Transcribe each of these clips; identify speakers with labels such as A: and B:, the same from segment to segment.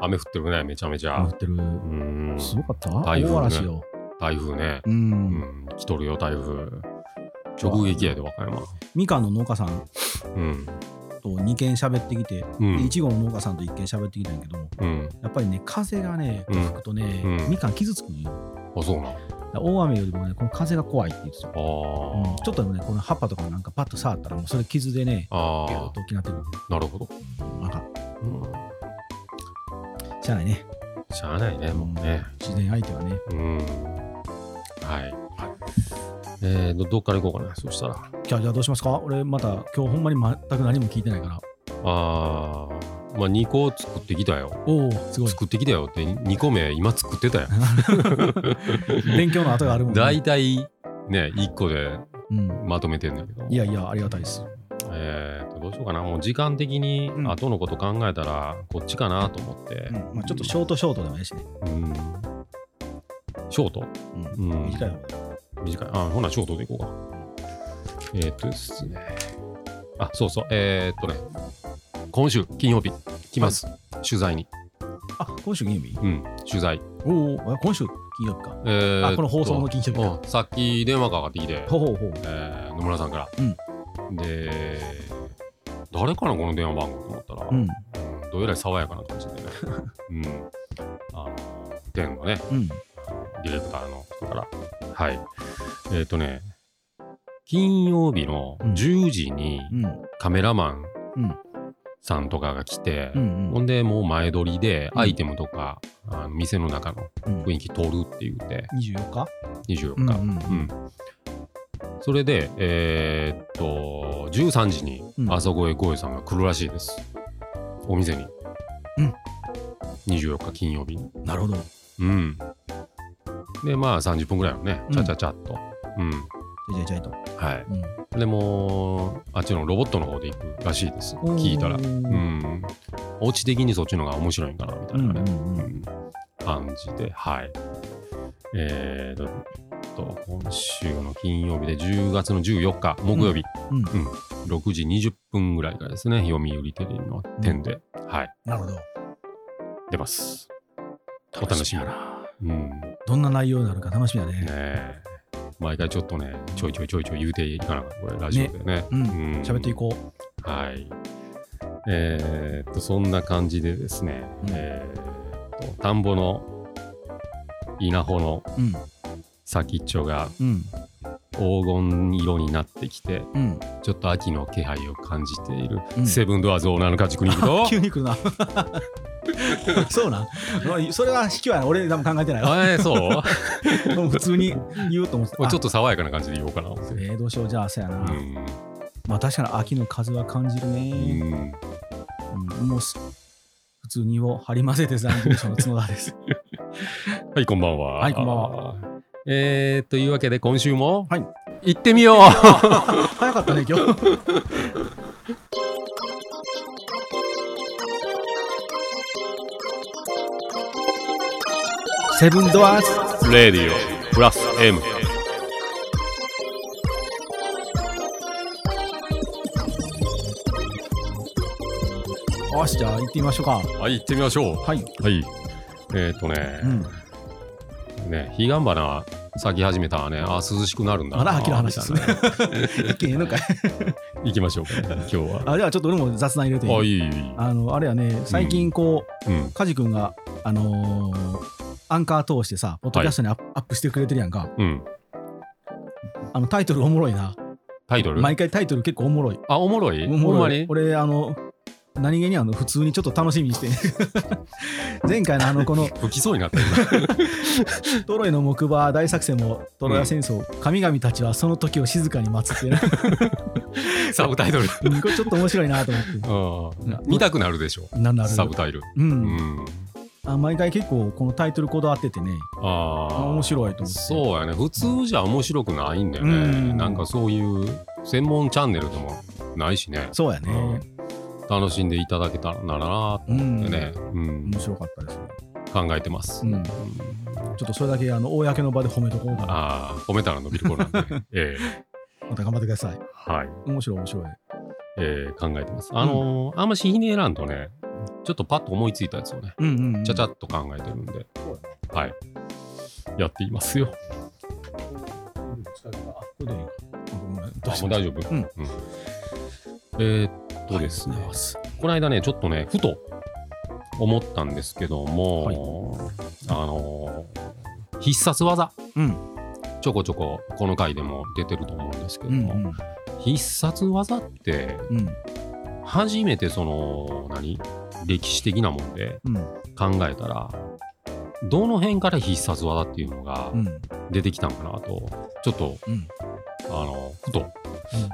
A: 雨降ってるね、めちゃめち
B: 雨
A: ゃ
B: 降っ。てる。
A: うん。
B: すごかった
A: 台
B: 大
A: 風ね
B: 嵐よ。
A: 台風ね。
B: う。
A: うんん。来とるよ、台風。直撃やで、和歌山。
B: みかんの農家さん
A: うん。
B: と2軒喋ってきて、
A: う
B: で
A: ん
B: い。ちごの農家さんと1軒喋ってきたんやけど、
A: うん。
B: やっぱりね、風がね、
A: うん
B: 吹くとね、
A: うん
B: みかん傷つくんよ。
A: あ、そうなん。あ
B: だから大雨よりもね、この風が怖いって言うんですよ。
A: あ
B: うん
A: ー。
B: ちょっとでもね、この葉っぱとかなんかパッと触ったら、もうそれ傷でね、
A: あ
B: ビューッと大きなってくる。
A: あ。なるほど。
B: なんか、
A: うん。
B: しゃあないね。
A: しゃあないね、もうね。
B: 自然相手はね、
A: うん。はい。えー、どどっから行こうかな、そしたら。
B: じゃあ、じゃあどうしますか俺、また今日ほんまに全く何も聞いてないから。
A: あー、まあ、2個作ってきたよ。
B: おお、すごい。
A: 作ってきたよって、2個目、今作ってたよ。
B: 勉強の後があるもん
A: 大体、ね、1個で
B: うん、
A: まとめてんだけど。
B: いやいや、ありがたいです。
A: えー、とどうしようかな、もう時間的に
B: うん
A: 後のこと考えたら、こっちかなと思って
B: うん。まあ、ちょっとショートショートでもいいしね。
A: うん。ショート
B: うん
A: うん。
B: 短い方が
A: 短い。あ、ほな、ショートでいこうか。えー、っとですね。あ、そうそう。えー、っとね。今週金曜日、来ます。取材に。
B: あ、今週金曜日
A: うん、取材。
B: おお、あ今週金曜日か。
A: えー、
B: あ、この放送の金曜日
A: う
B: か。
A: ん、さっき電話かかってきて、
B: ほうほうほう。
A: えー、野村さんから。で、誰かな、この電話番号と思ったら、
B: うん、
A: うんどうやら爽やかな感じで ね。うん。あの、天のね、
B: うん。
A: ディレクターの人から。はい。えっ、とね、金曜日の
B: うん
A: 10時に
B: うん。
A: カメラマン
B: うん
A: さんとかが来て、
B: うん。う
A: ほ
B: ん。
A: んでもう前撮りで
B: うん
A: アイテムとか、あの店の中の雰囲気撮るって言って、
B: 24日
A: 24
B: うん。う
A: 日。
B: ん
A: うんそれで、えーっと、13時に
B: うん
A: 朝声ゴエさんが来るらしいです。お店に。
B: うん
A: 24日金曜日に。
B: なるほど。
A: うん。で、まあ30分ぐらいのね
B: う、ん
A: ちゃちゃちゃっと。うん。
B: じゃいじゃいと。
A: はい。
B: うん
A: でもう、あっちのロボットの方で行くらしいです。聞いたら
B: う。
A: うんん。オチ的にそっちの方が面白いんかな、みた
B: う
A: い
B: ん
A: な
B: う
A: ね。
B: ん
A: う
B: うん。
A: ん感じで、はい。えーと、今週の金曜日で10月の14日、木曜日、
B: うん
A: 6時20分ぐらいからですね、読売テレビの点で、はい、
B: なるほど。
A: 出ます。お楽しみ
B: や
A: に。
B: な。
A: うん。ね
B: どんな内容になるか楽しみだね。
A: え毎回ちょっとね、ちょいちょいちょいちょい言うていかなかった、これ、ラジオでね。
B: うん喋ってい
A: こ
B: こ
A: う。はい。えーっと、そんな感じでですね、
B: うん
A: えーっと、田んぼの稲穂の
B: う。うん。
A: 先っちょが
B: うん。
A: 黄金色になってきて
B: うん。
A: ちょっと秋の気配を感じている、
B: うん
A: セブンドアーズオーナーの家畜に行くと
B: 急に来るな。そうなん。それは引きはない俺多分考えてないわ。
A: えーそう も
B: でも普通に言うと思って
A: う
B: た。
A: ちょっと爽やかな感じで言おうかな思っ
B: あ
A: て
B: えー、どうしよう。じゃあ、そうやな。
A: うん
B: まあ確かに秋の風は感じる
A: う
B: ね。
A: ん
B: うん、もうす普通にを張り混ぜてさん事務所の角田です。
A: はいこんばんは
B: はいこんばん
A: はえー、というわけで今週も、
B: はい
A: 行ってみよう
B: 早かったね、今日。 セブンドアーズ
A: レディオプラス M
B: よし、じゃあ行ってみましょうか。
A: はい行ってみましょ
B: はい。
A: うはいえー、とね
B: う、ん。
A: ね彼岸花咲き始めたらねあー涼しくなるんだな
B: まだ秋の話ですね
A: みたいな。
B: 一見ええ のかい。
A: 行きましょうか、ね、今日は
B: あ、じゃあちょっと俺も雑談入れていい
A: あいいいいいい
B: あの、あれやね、最近こう、
A: うん
B: カジ君が、あのーアンカー通してさ、ポッドキャストにアップ,、アップしてくれてるやんか。
A: うん
B: あのタイトルおもろいな。
A: タイトル
B: 毎回タイトル結構おもろい。
A: あ、おもろい
B: おも
A: ほんま
B: ろい
A: に
B: 俺、あの、何気にあの普通にちょっと楽しみにして、 前回のあのこの
A: 不きそうになったよ
B: トロイの木馬大作戦もトロイア戦争、神々たちはその時を静かに待つっていう
A: 今サブタイトル。
B: なこれちょっと面白いなと思って。
A: うん見たくなるでしょ。
B: なんだろ
A: サブタイトル。
B: う、う
A: うんん。
B: あ。毎回結構このタイトルこだわっててね、
A: あ
B: あ
A: あ。
B: 面白いと思って。
A: そうやね。普通じゃ面白くないんだよ
B: う
A: ね。
B: ん
A: なんかそういう専門チャンネルでもないしね。
B: そうやね。
A: うん楽しんでいただけたらなら
B: うん。
A: なってね、うん
B: 面白かったです。
A: 考えてます。
B: うん。ちょ
A: うん
B: っとそれだけあの公の場で褒めとこうかな。
A: ああ、褒めたら伸びる子なん で。ええ
B: また頑張ってください。
A: はい。
B: 面白い面白い。
A: えー考えてます。あのーあんましひねらんとね、ちょっとパッと思いついたやつをね、
B: うんうんうん、
A: ちゃちゃっと考えてるんで、はい。やっていますよ。
B: うん使うかあこれでいいかごめんど
A: あ
B: うし
A: もう
B: ま
A: 大
B: し
A: 丈夫、
B: うん
A: えーっとですね、この間ね、ちょっとね、ふと思ったんですけども、
B: はい
A: あのー必殺技、
B: うん
A: ちょこちょここの回でも出てると思うんですけ
B: う
A: ど
B: ん
A: も、必殺技って、
B: うんうん
A: 初めてその、何歴史的なもんで
B: うん
A: 考えたら、どの辺から必殺技っていうのが
B: うん
A: 出てきたのかなと、ちょっと、
B: うん
A: あの、ふと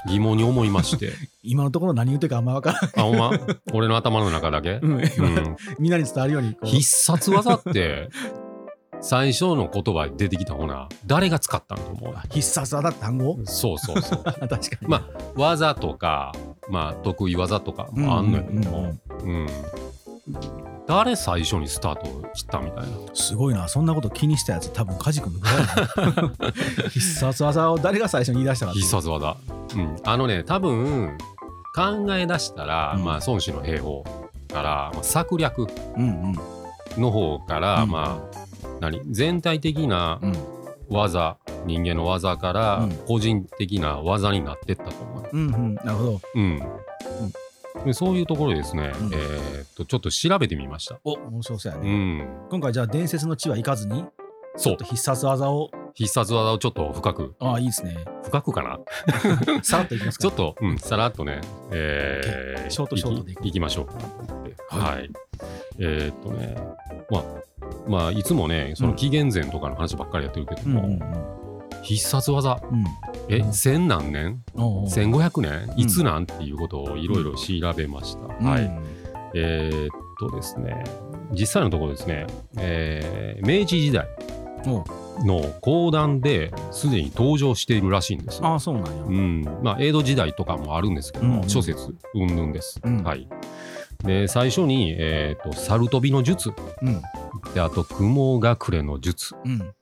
A: 疑問に思いま して、
B: 今のところ何言ってるかあんま分から
A: あ、ほんま、俺の頭の中だけ、
B: ん、
A: う
B: 今
A: ん、
B: みんなに伝わるようにこう
A: 必殺技って、最初の言葉で出てきたほな、誰が使ったんと思う
B: あ必殺技って単語
A: そうそう そう。
B: 確かに
A: まあ、技とか、まあ、得意技とかもあんのやけど
B: うんうん
A: も、うん。誰最初にスタートを切ったみたいな。
B: すごいなそんなこと気にしたやつ多分カジ君のぐらいだな必殺技を誰が最初に言い出したかっていう
A: 必殺技。うん。あのね、多分、考え出したら、
B: うん
A: まあ、孫子の兵法から、まあ、策略
B: うんうん
A: の方から、
B: うん
A: まあ、何全体的な
B: うん
A: 技人間の技から
B: うん
A: 個人的な技になってったと思う、
B: うんうんなるほど
A: うんでそういうところですね、
B: うん
A: えーっとちょっと調べてみました
B: お面白そうや
A: う
B: ね、
A: ん
B: 今回じゃあ伝説の地は行かずに
A: そう
B: 必殺技を
A: 必殺技をちょっと深く
B: ああいいですね
A: 深くかな
B: さらっといきます
A: ちょ
B: か
A: っと、うん、さらっとね、えー
B: ショートショートでい
A: い
B: く
A: きいきましょうかなと思って
B: は
A: はい、えーっとねまあまあいつもねその紀元前とかの話ばっかりやってるけど
B: うん
A: も、
B: うん
A: 必殺技
B: うん
A: え
B: うん
A: 千何年
B: おうおう
A: 1500年
B: うん
A: いつなんていうことをいろいろ調べました、
B: うん
A: はいえーっとですね実際のところですね、えー明治時代
B: おう
A: の講談ですでに登場しているらしいんですよ
B: ああそうなんや
A: うんまあ、江戸時代とかもあるんですけども、
B: うんうん
A: 諸説云々です、
B: うん
A: はい、で最初に、えーっと猿飛びの術
B: うん
A: であと雲隠れの術
B: うん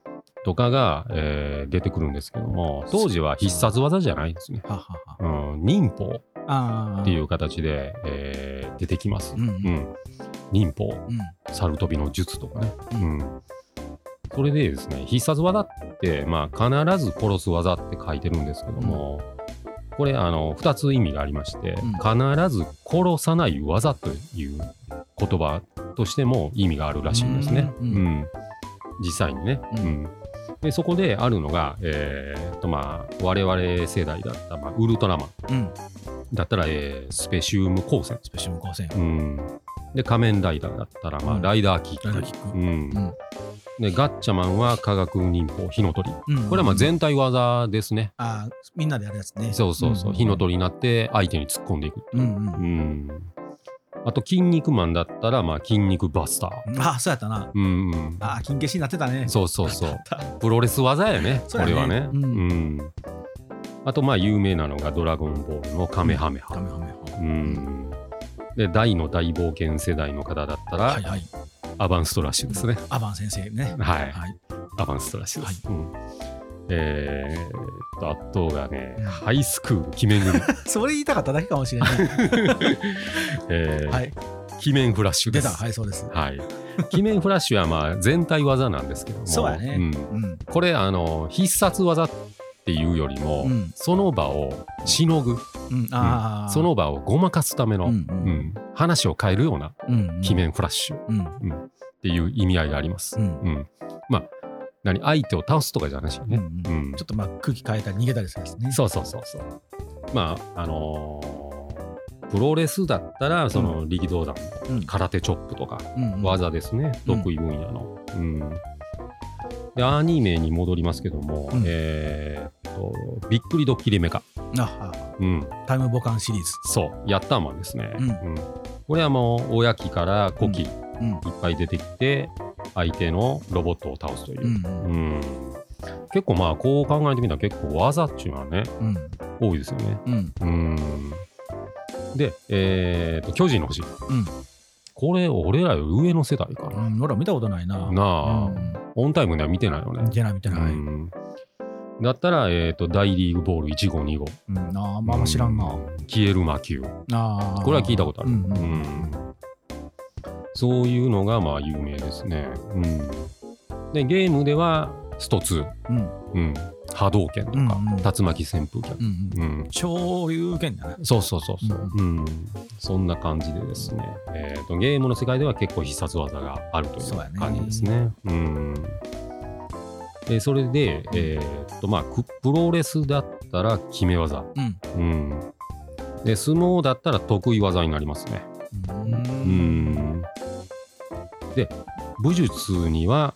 A: とかが、えー出てくるんですけども当時は必殺技じゃないんですね、
B: ははは
A: うん、忍法
B: ああ
A: っていう形で、えー出てきます。
B: うんう
A: うんん、忍法
B: うん
A: 猿飛びの術とかね、
B: う
A: うんん、それでですね必殺技って、まあ、必ず殺す技って書いてるんですけども、これあの2つ意味がありまして、必ず殺さない技という言葉としても意味があるらしいんですね、
B: う
A: うんん
B: うん
A: 実際にね。
B: う
A: うんんでそこであるのが、えーっとまあ、我々世代だった、まあ、ウルトラマン
B: うん
A: だったら、えースペシウム光線、
B: スペシウム光線
A: うん、で仮面ライダーだったら、まあ
B: うん
A: ライダーキック
B: ライダーキック
A: うん
B: うん
A: でガッチャマンは科学忍法火の鳥こ
B: うん
A: れはまあ全体技ですね、
B: ああみんなでやるやつね
A: そうそうそう、火の鳥になって相手に突っ込んでいく、
B: うんうん
A: うんあと「筋肉マン」だったら、まあ、筋肉バスター、
B: あそうやったな。
A: うんうん、
B: あ金消しになってたね。
A: そうそうそう
B: あった
A: プロレス技やね
B: そう
A: こ
B: やね
A: れはね、
B: うん
A: うんあとまあ有名なのが「ドラゴンボール」のカメハメハ、
B: カメハメハ
A: うんで大の大冒険世代の方だったら、
B: はいはい。
A: アバンストラッシュですね。
B: アバン先生ね。
A: はい、
B: はい。
A: アバンストラッシュです。うんえー、っと、あとがね、
B: うん
A: ハイスクール、鬼面 組、
B: それ言いたかっただけかもしれない。
A: えー
B: はい。
A: 鬼面フラッシュで
B: 出
A: す。
B: た。はい、そうです。
A: はい。鬼面フラッシュはまあ全体技なんですけども、
B: そうやね
A: ん
B: うん。
A: これ、あの、必殺技っていうよりも、
B: うん
A: その場をしのぐ、
B: うん。ああ。
A: その場をごまかすための、
B: う
A: うんん
B: うん
A: 話を変えるような
B: うんうん。
A: 鬼面フラッシュっ
B: うん。
A: ていう意味合いがあります。
B: うん。うん
A: うん、まあ何相手を倒すとかじゃなしに
B: う
A: ね、
B: ん。
A: うん
B: ちょっとまあ空気変えたり逃げたりするんですね。
A: そうそうそうそうまああのープロレスだったらその力道山、
B: うん
A: 空手チョップとか
B: うんうん。
A: 技ですね、
B: うん
A: 得意分野の、うんでアニメに戻りますけども、
B: うん
A: えーっとびっくりドッキリメカ、
B: あ
A: うん、
B: あタイムボカンシリーズ。
A: そうヤッターマンですね、
B: うん
A: これはもうおやきから古希いっ
B: うん。
A: ぱい出てきて相手のロボットを倒すというう、
B: んうん。
A: うん結構まあこう考えてみたら結構技っていうのはね
B: うん。
A: 多いですよね。
B: うん。
A: うんで、えー、と巨人の星
B: うん。
A: これ俺らより上の世代か
B: う
A: な。
B: ん。俺は見たことないな。
A: なあ、
B: あ。
A: オンタイムでは見てないよね
B: 見。てない見てないううん。
A: んだったら、えー、と大リーグボール1号2号。
B: ああ、あんま知らんな。
A: うん消える魔球。
B: ああ。
A: これは聞いたことある。
B: うんうん
A: うんそういうのがまあ有名ですね。うん、でゲームではスト2、
B: うん
A: うん、波動拳とか、
B: うんうん
A: 竜巻旋風拳、
B: うんうん
A: うん、
B: 超有権だな
A: そうそうそうそう、うんそんな感じでですね、えーとゲームの世界では結構必殺技があるとい
B: そうやね
A: う感じですね。うんでそれで、えーとまあ、くプロレスだったら決め技、
B: うん
A: うん、で相撲だったら得意技になりますね。
B: うん
A: うん、で武術には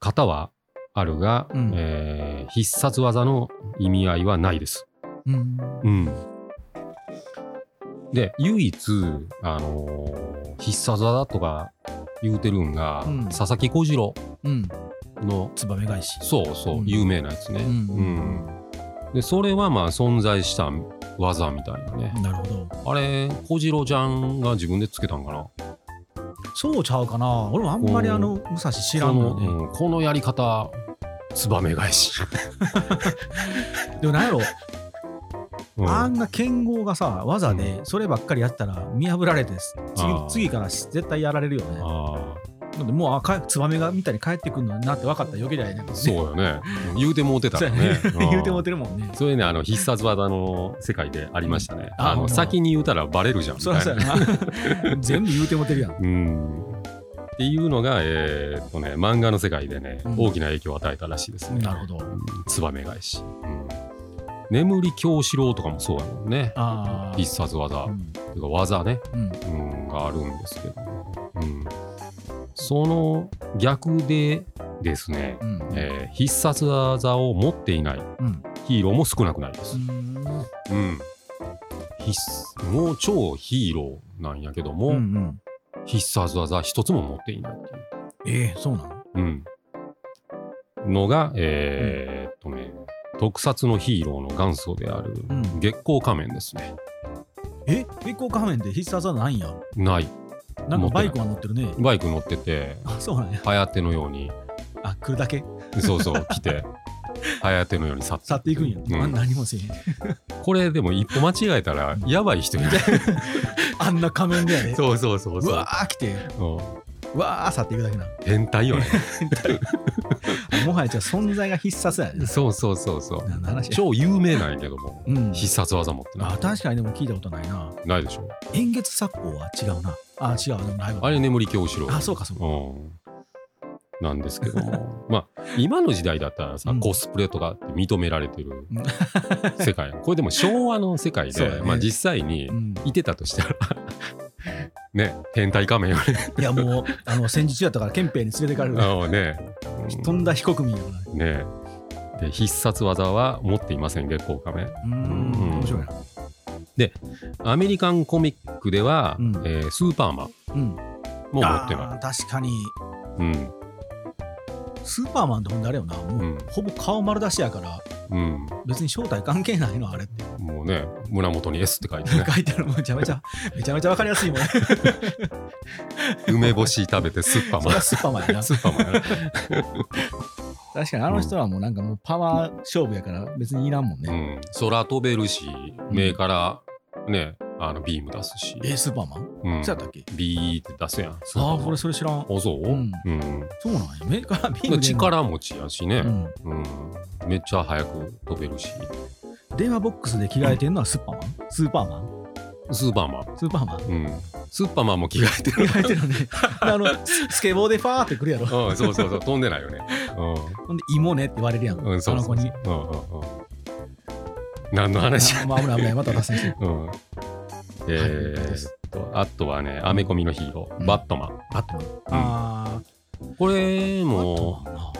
A: 型はあるが、
B: うん
A: えー必殺技の意味合いはないです。
B: うん
A: うん、で唯一、あのー必殺技とか言うてるんが、
B: うん
A: 佐々木小次郎
B: うん
A: の
B: ツバメ返し
A: そうそう、
B: うん
A: 有名なやつね、
B: うん
A: うんでそれはまあ存在した技みたいなね、
B: なるほど
A: あれ小次郎ちゃんが自分でつけたんかな
B: そうちゃうかな俺もあんまりあの武蔵知らんのよ
A: こ
B: ね
A: の,、うんこのやり方ツバメ返し、
B: でもなんやろ
A: うん
B: あんな剣豪がさ技でそればっかりやったら見破られてす
A: あー
B: 次次から絶対やられるよね
A: あ
B: なんでもうあかツバメがみたいに帰ってくるのになって分かったら余計だよね
A: ーそうよね言うてもうてた
B: そう
A: ら
B: や
A: ね
B: ね 言うてもう
A: て
B: てるもんね
A: それねあの必殺技の世界でありましたねあ
B: あほん
A: の
B: ま
A: 先に言うたらバレるじゃんみ
B: そりゃ
A: たい
B: そう
A: な
B: やな 全部言うてもうてるやん
A: うんっていうのが、えーっとね、漫画の世界でね、
B: うん
A: 大きな影響を与えたらしいですね。
B: なるほど
A: うんツバメ返し。うん眠り京四郎とかもそうやもんね。
B: ああ
A: 必殺技
B: う、ん
A: てか技ね、
B: うん
A: うん、があるんですけど、うん、その逆でですね、
B: うん
A: えー必殺技を持っていない
B: うん
A: ヒーローも少なくないで
B: う
A: す。
B: ん
A: うん必須もう超ヒーローなんやけども、
B: うんうん
A: 必殺技一つも持っていないっていう。
B: ええそうなの
A: うん、のが、えーっとね、特撮のヒーローの元祖である
B: うん
A: 月光仮面ですね。
B: え平行仮面で必殺技ないんや
A: ない。
B: なんかバイクは乗ってるね
A: バイク乗ってて、
B: あそうなんや
A: ハヤテのように、
B: あ来るだけ
A: そうそう、来 て、ハヤテのように去って
B: 去っていくんや
A: う
B: あ何もせえへん
A: これでも一歩間違えたら、やばい人に なる。
B: あんな仮面でやで
A: そうそうそう
B: う
A: そう
B: わー来て
A: うん。
B: うわー去っていくだけな
A: 変態 よね。
B: あもはやじゃあ存在が必殺やね
A: そうそうそうそう。
B: 何の話
A: 超有名なんやけども、
B: うん
A: 必殺技持って
B: あ
A: な。
B: 確かにでも聞いたことないない
A: ないでしょ。
B: 円月殺法は違うなあ違うでもないわ
A: あれ、眠り京後ろ。
B: あそうかそうか
A: うん、なんですけど もまあ今の時代だったらさ、
B: うん
A: コスプレとかって認められてる
B: うん
A: 世界これでも昭和の世界
B: そう
A: で、
B: だね
A: まあ、実際に
B: うん
A: いてたとしたら ね変態仮面よね
B: いやもうあの戦時中やったから憲兵に連れてかれ る
A: あのね、
B: とんだ非国民やから
A: うんねで必殺技は持っていません月光仮面
B: うー
A: う
B: ん
A: ん
B: 面白いな
A: アメリカンコミックでは、
B: うん
A: えースーパーマン
B: うん
A: も持ってない
B: あー確かに
A: うん
B: スーパーマンってほんであれよなもう、
A: うん
B: ほぼ顔丸出しやから
A: うん
B: 別に正体関係ないのあれって
A: もう ね胸元に S って書いてね
B: 書いてあるもうめちゃめちゃめちゃめちゃ分かりやす いもんね
A: 梅干し食べてスーパー
B: そ
A: マ
B: れ
A: ン
B: はスーパーマン やな
A: スーパーマンやな
B: 確かにあの人はもうなんかもうパワー勝負やから別にいらんもん
A: う
B: ね、
A: ん、空飛べるし、目からね、あのビーム出すし、
B: えースーパーマン、
A: うん、
B: そうやったっけ
A: ビーって出すやん。
B: ああこれそれ知らん
A: おそう、
B: うん
A: うん
B: そうなんや目からビーム出んの
A: 力持ちやしね
B: う、ん
A: うんめっちゃ速く飛べるし、
B: 電話ボックスで着替えてんのはスーパーマン、スーパーマン
A: スーパーマン、
B: スーパーマン
A: うん、スーパーマンも着替えて
B: 着
A: る。
B: 替えてるの ねであのススケボーでファーってくるやろ
A: うん、そうそうそう飛んでないよね。
B: ほんで「芋ね」って言われるやん、
A: うん、うん、
B: そ
A: そう
B: の
A: そ
B: 子
A: う
B: に。
A: うんうんうん。何の話？
B: あまあ危ない危ないまた脱線してる
A: うん。えーっとあとはねアメコミのヒーロー、
B: うん
A: バットマン。
B: バットマンあ
A: これ
B: ー
A: も
B: バットマンな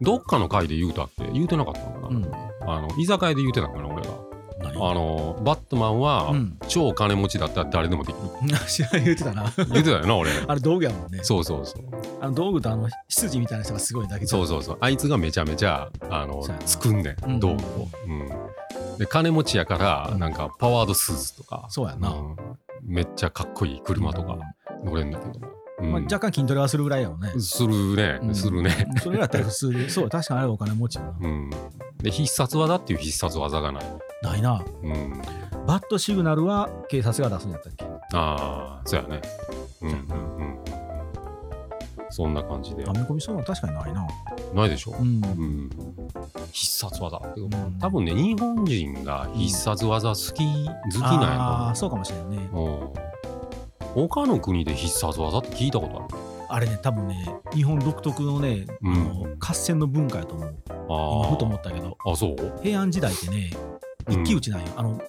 A: どっかの回で言うたって言うてなかったのかな、
B: うん
A: あの居酒屋で言うてたのかな俺が
B: 何
A: あのバットマンは、
B: うん
A: 超金持ちだったら誰でもできる
B: 知らん言うてたな
A: 言ってたよ な俺
B: あれ道具やもんね
A: そうそうそう
B: あの道具とあの羊みたいな人がすごいだけじゃ
A: そう
B: ん
A: そうそうあいつがめちゃめちゃあの
B: そうやな
A: 作んね
B: うん
A: ん道具を、うんで金持ちやから、
B: うん
A: なんかパワードスーツとか
B: そうやな
A: うんめっちゃかっこいい車とか乗れんだけども、うん
B: まあ、若干筋トレはするぐらいやろね、
A: するね、
B: うん
A: するね、
B: それだったら普通でそう確かにあれはお金持ちやな、
A: うん、で必殺技っていう必殺技がない、
B: ないな
A: うん、
B: バットシグナルは警察が出すんやったっけ
A: ああそうやねうんうんうんうんそんな感じで
B: 編み込みそうなの確かにないな。
A: ないでしょ
B: うん。
A: うん、必殺技っていうか
B: うん
A: 多分ね日本人が必殺技好き、好きなんや
B: ああー、
A: と
B: そうかもしれないね。
A: 思う、うん、他の国で必殺技って聞いたことある
B: あれね、多分ね、日本独特のね、あ
A: うん
B: の合戦の文化やと思う。今ふと思ったけど、
A: あーあそう
B: 平安時代ってね、
A: うん
B: 一騎打ちなんよ。あの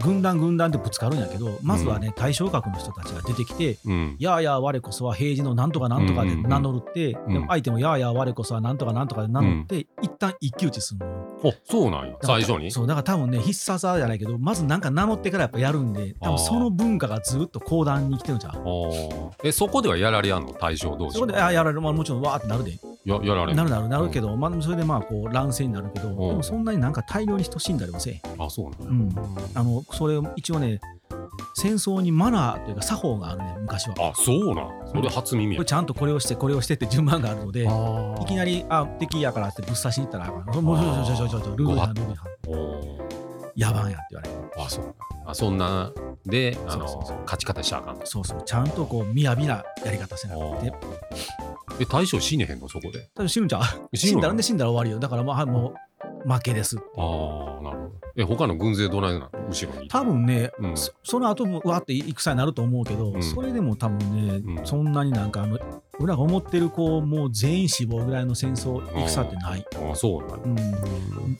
B: 軍団軍団でぶつかるんやけど、まずはね、大将格の人たちが出てきて、
A: うん
B: やあやあ我こそは平時のなんとかなんとかで名乗るって、
A: ん
B: でも相手もやあやあ我こそはなんとかなんとかで名乗って、一旦一騎打ちするのよ。
A: あそうなんや
B: だから
A: 最初に
B: そうだから多分ね必殺技じゃないけどまずなんか名乗ってからやっぱやるんで多
A: あー
B: 分その文化がずっと講談に来てるんちゃう
A: あーえそこではやられやんの対象同士
B: そこであやられる、まあ、もちろんわーってなるで
A: ややられん
B: な
A: の
B: るなるなるけど、まあでもそれでまあこう乱戦になるけどで
A: ん
B: もそんなになんか大量に人死んだりもせえ
A: あそうなんや
B: へん、うん、あのそれ一応ね戦争にマナーというか作法があるね昔はこ
A: あそうなんそれ初耳や
B: れちゃんとこれをしてこれをしてって順番があるので
A: あー
B: いきなりあ敵やからってぶっ刺しに行ったらあかんもうもう
A: あー
B: ちょちょちょちょルール違反ルール違反
A: おー
B: やばんやって言われる
A: あそうなんあそんなであの
B: そうそうそう
A: 勝ち方しちゃあかんと
B: そうそうちゃんとこう雅なやり方せなあかんって
A: え大将死ねへんのそこで
B: 多分死ぬんちゃう死んだらね死んだら終わりよだからまあはいもう負けです
A: ああ、なるほど。え、他の軍勢どないなの後ろに。
B: 多分ね、
A: うん
B: そその後もわーって戦になると思うけど、
A: うん
B: それでも多分ね、
A: うん
B: そんなになんかあの裏が思ってるこうもう全員死亡ぐらいの戦争戦ってない、
A: ああ、そうなんや
B: うん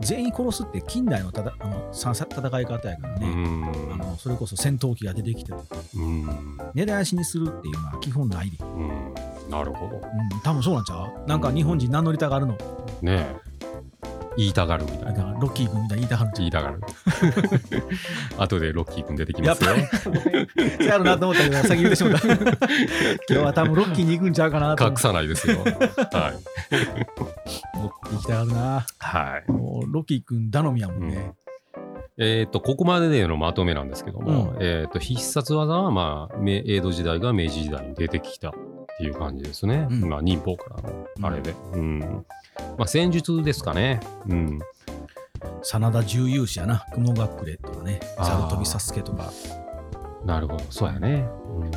B: 全員殺すって近代のただあのささ戦い方やから
A: う
B: ね、あ
A: ん
B: のそれこそ戦闘機が出てきて
A: うん。
B: 根絶やしにするっていうのは基本ないで、う
A: うん。なるほど。
B: ん、多分そうなんちゃうなんか日本人名乗りたがるのだ
A: ねえ。言いたがるみたい
B: か
A: な。
B: らロッキー君みたいに言いたがるんちゃ
A: 言いた がる。後でロッキー君出てきますよ。
B: う そうやろなと思ったけど先言ってしまった 今日は多分ロッキーに行くんちゃうかなと思
A: 隠
B: って
A: さない ですよ。はい。
B: ロッキー行きたがるな
A: はい。
B: もうロキ君頼みやもんね。
A: えっと、ここまででのまとめなんですけども、
B: うん
A: えっと、必殺技は、まあ、め江戸時代が明治時代に出てきたっていう感じですね。
B: うん
A: まあ、忍法からの、あれで。うん。まあ、戦術ですかね。うん。
B: 真田重勇士やな、雲隠れとかね、
A: あー
B: ザル飛びサスケとか、
A: なるほど、そうやね。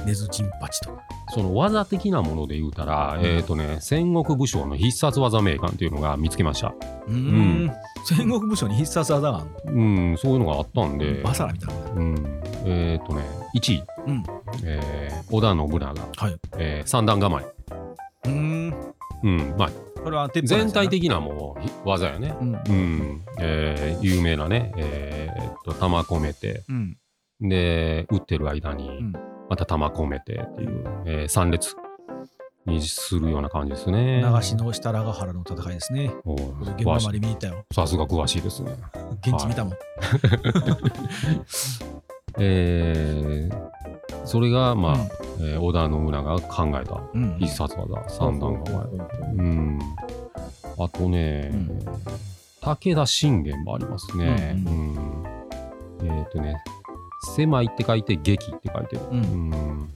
B: ネズチンパチとか。
A: その技的なもので言うたら、えっ、とね、戦国武将の必殺技名鑑っていうのが見つけました。
B: うー
A: ん
B: ん。戦国武将に必殺技があん
A: うん、そういうのがあったん
B: の
A: で、
B: バサラみたいな。
A: うん、えっ、とね、1位、
B: うん。
A: えー織田信長、
B: はい。う
A: えー三段構え。
B: ーん。
A: うん、まあ、
B: これは鉄板や
A: 全
B: な
A: 体。的なもうひ技やね。
B: うん。
A: うん、えー有名なね、えーっと、玉込めて、
B: うん。
A: で、打ってる間に
B: うん、
A: また玉込めてっていう、えー三列にするような感じですね。
B: 長篠設楽原の戦いですね。
A: お
B: 現場まで見に行ったよ。
A: さすが詳しいですね。
B: 現地見たもん。
A: えー、それが、まあ、
B: うん
A: えー織田信長が考えた
B: うん。
A: 必殺技、三段構え。
B: 構
A: うん。あとね、
B: うん
A: 武田信玄もありますね。
B: う
A: うんえっ、とね、狭いって書いて、劇って書いてる。
B: うん
A: うん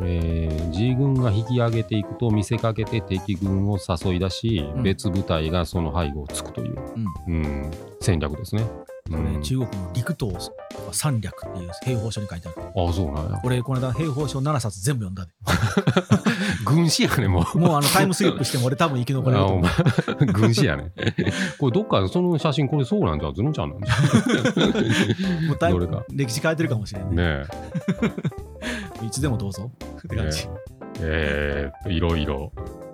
A: えー、G 軍が引き上げていくと見せかけて敵軍を誘い出し、
B: うん
A: 別部隊がその背後を突くという、
B: うん。
A: うん、戦略ですね。
B: こ
A: う
B: れね
A: ん
B: 中国の陸東とか三略っていう兵法書に書いてある。
A: あ、そうなんや。
B: 俺、この間兵法書7冊全部読んだで。
A: 軍師やね、もう。
B: もうあのタイムスリップしても俺多分生き残れる
A: あ
B: と思
A: お
B: う
A: 前 軍師やね。これどっかその写真これそうなんじゃうずるんちゃんなんじゃ
B: もうだい
A: どれか
B: 歴史変えてるかもしれな
A: う
B: い、
A: ね
B: いつでもどうぞって感じ、
A: え。えー、いろいろ。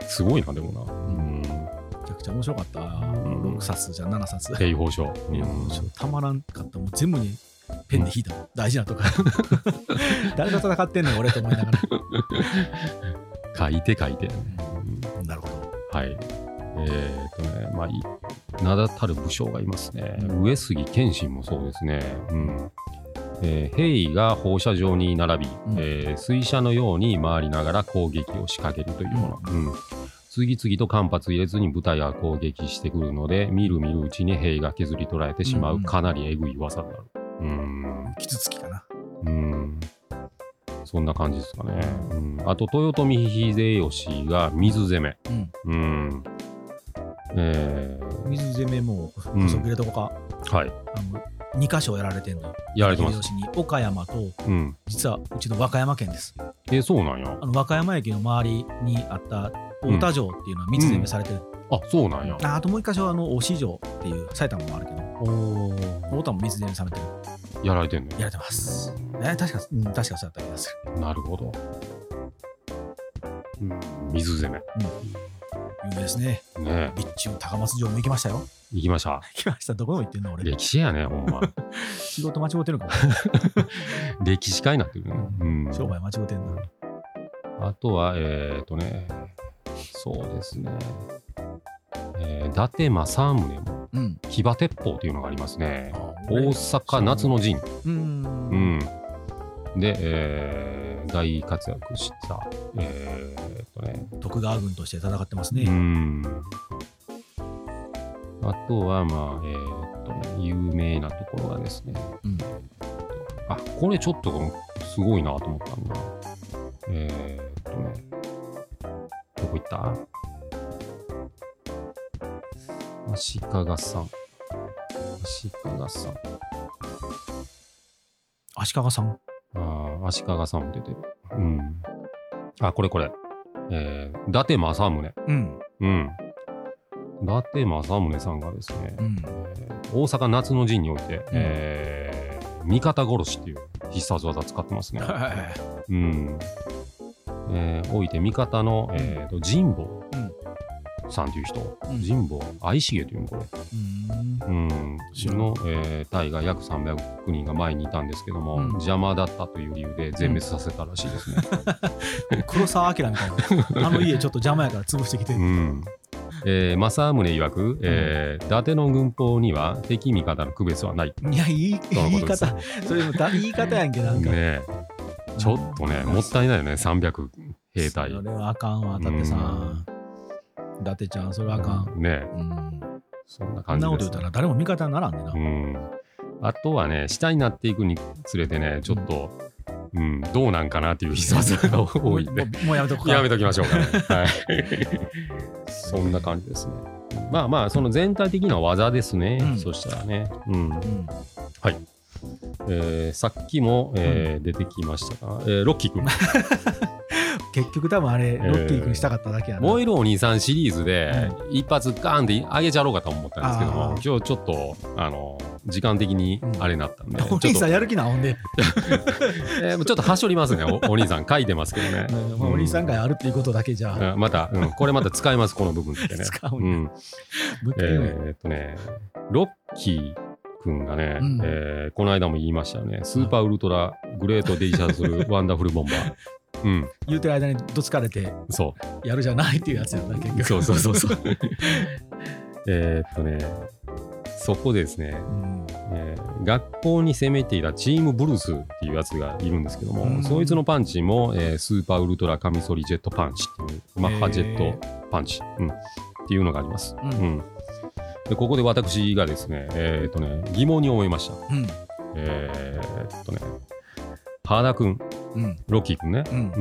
A: すごいなでもな。 うん。
B: めちゃくちゃ面白かった、
A: ん
B: 6冊じゃ7冊い
A: 警報書。うん
B: やもうちょっとたまらんかったもう全部にペンで引いた、大事なとか 誰と戦ってんの俺と思いながら、
A: 書いて書いて。
B: なるほど
A: はい。えー、とね、まあい、名だたる武将がいますね。上杉謙信もそうですね。うん。えー兵士が放射状に並び、
B: ん
A: えー水車のように回りながら攻撃を仕掛けるというもの。うん次々と間髪入れずに部隊が攻撃してくるので、みるみるうちに兵が削り取られてしま
B: うん
A: う、
B: うん
A: かなりえぐい技になる。うん
B: キツツキかな
A: うん、そんな感じですかね。うん、あと、豊臣秀吉が水攻め。
B: うん
A: うん。え
B: 水攻めも
A: うん
B: 補足入れとこか、
A: ーはい。
B: あの2箇所やられてんのよ
A: やられてます
B: 秀。吉に岡山と
A: うん。
B: 実はうちの和歌山県です
A: え、そうなんや
B: あ。の和歌山駅の周りにあった太田城っていうのは3つ全部されてる、
A: あ、そうなんや。
B: ああともう1箇所はあの大市城っていう埼玉もあるけど太田も3つ全部されてる
A: やられてんの
B: やれてます。ね、確か、うん、確かそうだった気がする。
A: なるほど。うん、水攻め。
B: 有名ですね。
A: ねえ
B: 備中高松城も行きましたよ。
A: 行きました。
B: 行きました。どこでも行ってんの俺。
A: 歴史やね、ほ んま。
B: 仕事間違ってるかも。
A: 歴史家になってるね。うん。
B: 商売間違ってんの。
A: あとは、えっ、とね、そうですね。えー、伊達政宗も
B: うん。
A: 騎馬鉄砲というのがありますね。大
B: お
A: 阪夏の陣。
B: うん。
A: う
B: うん。
A: ん。で、えー大活躍した、えーっとね、
B: 徳川軍として戦ってます
A: う
B: ね。
A: ん。あとは、まあ、えーっとね、有名なところがですね、
B: うん
A: あ、これちょっとすごいなと思ったんだ。えーっとね、どこ行った足利さん。足利さん。
B: 足利さん。
A: ああ、足利さんも出てる。うん。あ、これこれ。えー、伊達政宗。
B: うん。
A: うん。伊達政宗さんがですね、
B: うん。
A: えー大阪夏の陣において、えー味方殺しっていう必殺技使ってますね。うん。えー、おいて味方の、えー、と神保さんという人、
B: うん
A: 神保愛重というのこれ、
B: うん。
A: うん、
B: 知らん
A: の、えー、隊が約300人が前にいたんですけども、
B: うん
A: 邪魔だったという理由で全滅させたらしいですね。
B: 黒澤明みたい な。あの家ちょっと邪魔やから潰してきて
A: う。んえー、正宗曰く、えー伊達の軍法には敵味方の区別はない
B: いや、いい、
A: との
B: 言い
A: ことです。
B: 方。それもだ言い方やんけ、なんか。
A: ねえちょっとね、もったいないよね、300兵隊。
B: そ
A: ね
B: れはあかんわ、伊達さん。伊達ちゃん、それはあかん。
A: え
B: うん。
A: そんな
B: そ
A: 感
B: ん
A: じ
B: なこと
A: で
B: 言
A: す
B: っ。たら誰も味方にならんでな。
A: うん、あとはね、下になっていくにつれてね、ちょっと、うん、どうなんかなっていう必殺技が多いんで
B: も、うもうやめと くか。
A: やめときましょうかね。 はい、そんな感じですね。まあまあ、その全体的な技ですね、
B: うん
A: そしたらね。うん
B: うん
A: えーさっきも、えー出てきましたか、えーロッキー 君
B: 結局多分あれ、ロッキー君したかっただけやな。
A: 燃えるお兄さんシリーズで、一発ガーンって上げちゃろうかと思ったんですけども
B: あ
A: 今日ちょっとあの時間的にあれになったん で、
B: お
A: ちょっ
B: 兄
A: と
B: さんやる気なほんで、
A: えーちょっとはしょりますね、おお兄さん、書いてますけど ね。
B: まあ、お兄さんがやるっていうことだけじゃ、
A: うんまた、うんこれまた使います、この部分ってね。
B: 使う
A: うん
B: だ。
A: ん、
B: もう一
A: え
B: 回言うよ
A: ーっとね、ロッキー君がね、
B: うん
A: えーこの間も言いましたよね、スーパーウルトラグレートデリシャス ルワンダフルボンバー。うん、
B: 言うてる間にどつかれて
A: そ
B: やるじゃないっていうやつやな、結
A: う、
B: 局。
A: そうそうそうそう。えーっとね、そこでですね、
B: うん。
A: えー学校に攻めていたチームブルースっていうやつがいるんですけども、
B: うん
A: そいつのパンチも、えースーパーウルトラカミソリジェットパンチっていうマッハジェットパンチ、うん、っていうのがあります、
B: うん
A: うんでここで私がですね,、えーっとね疑問に思いました
B: うん。
A: えーっとね原田君
B: うん。
A: ロッキー君ね
B: うん。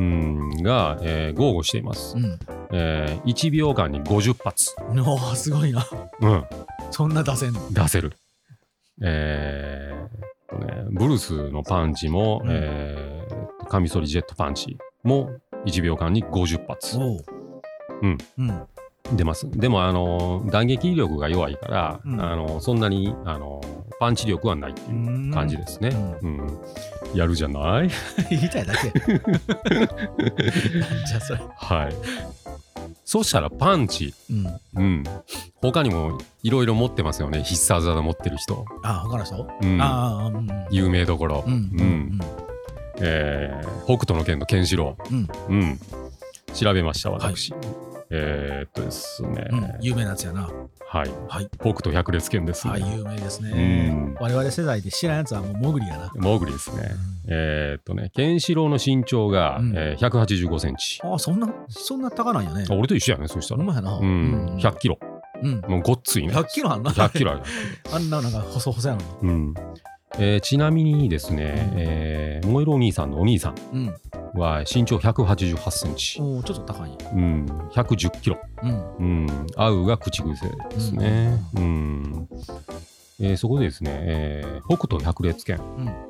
A: うんが、えー、豪語しています、
B: う
A: えー1秒間に50発、
B: ん。おーすごいな。
A: うん、
B: そんな出せんの。
A: 出せる。えーっとね、ブルースのパンチも、
B: うん
A: えーっとカミソリジェットパンチも1秒間に50発
B: おう。
A: うん。
B: うん。
A: 出ます。でも、あのー弾撃力が弱いから、
B: うん
A: あのーそんなに、あのーパンチ力はないっていう感じですね。うんやるじゃない
B: 言いたいだけ。なんじゃそれ。
A: はい。そしたらパンチ、
B: うん。あ
A: うん、他にもいろいろ持ってますよね、必殺技持ってる人。
B: あ、他の人
A: うん、
B: ああ、うん。
A: 有名どころ。
B: うん。う
A: うん
B: ん。
A: えー北斗の拳のケンシロウ、うん調べました私、えーっとですね、
B: うん。うん。有名なやつやな。
A: はい
B: はい。
A: 北斗百裂拳です、
B: はい、
A: ね
B: 有名ですね。
A: うん
B: 我々世代で知らんやつはもうモグリやな。
A: モグリですねえーっとねケンシロウの身長が、
B: うん
A: えー、185センチ
B: ああ、そんな、そんな高ないよね
A: あ。俺と一緒やねそした
B: ほん
A: ら
B: まやな。
A: うん、100キロ
B: うん。
A: もうごっついね
B: 100キロあんな。
A: 100キロある、
B: あんななんか細細やのに。
A: うんえーちなみにですね、えー、燃えるお兄さんのお兄さ
B: うん。
A: んは身長188センチ、
B: おーちょっと高い。
A: うん、110キロ
B: うん。
A: うん、合うが口癖ですね。うん。ええーそこでですね、えー北斗百裂拳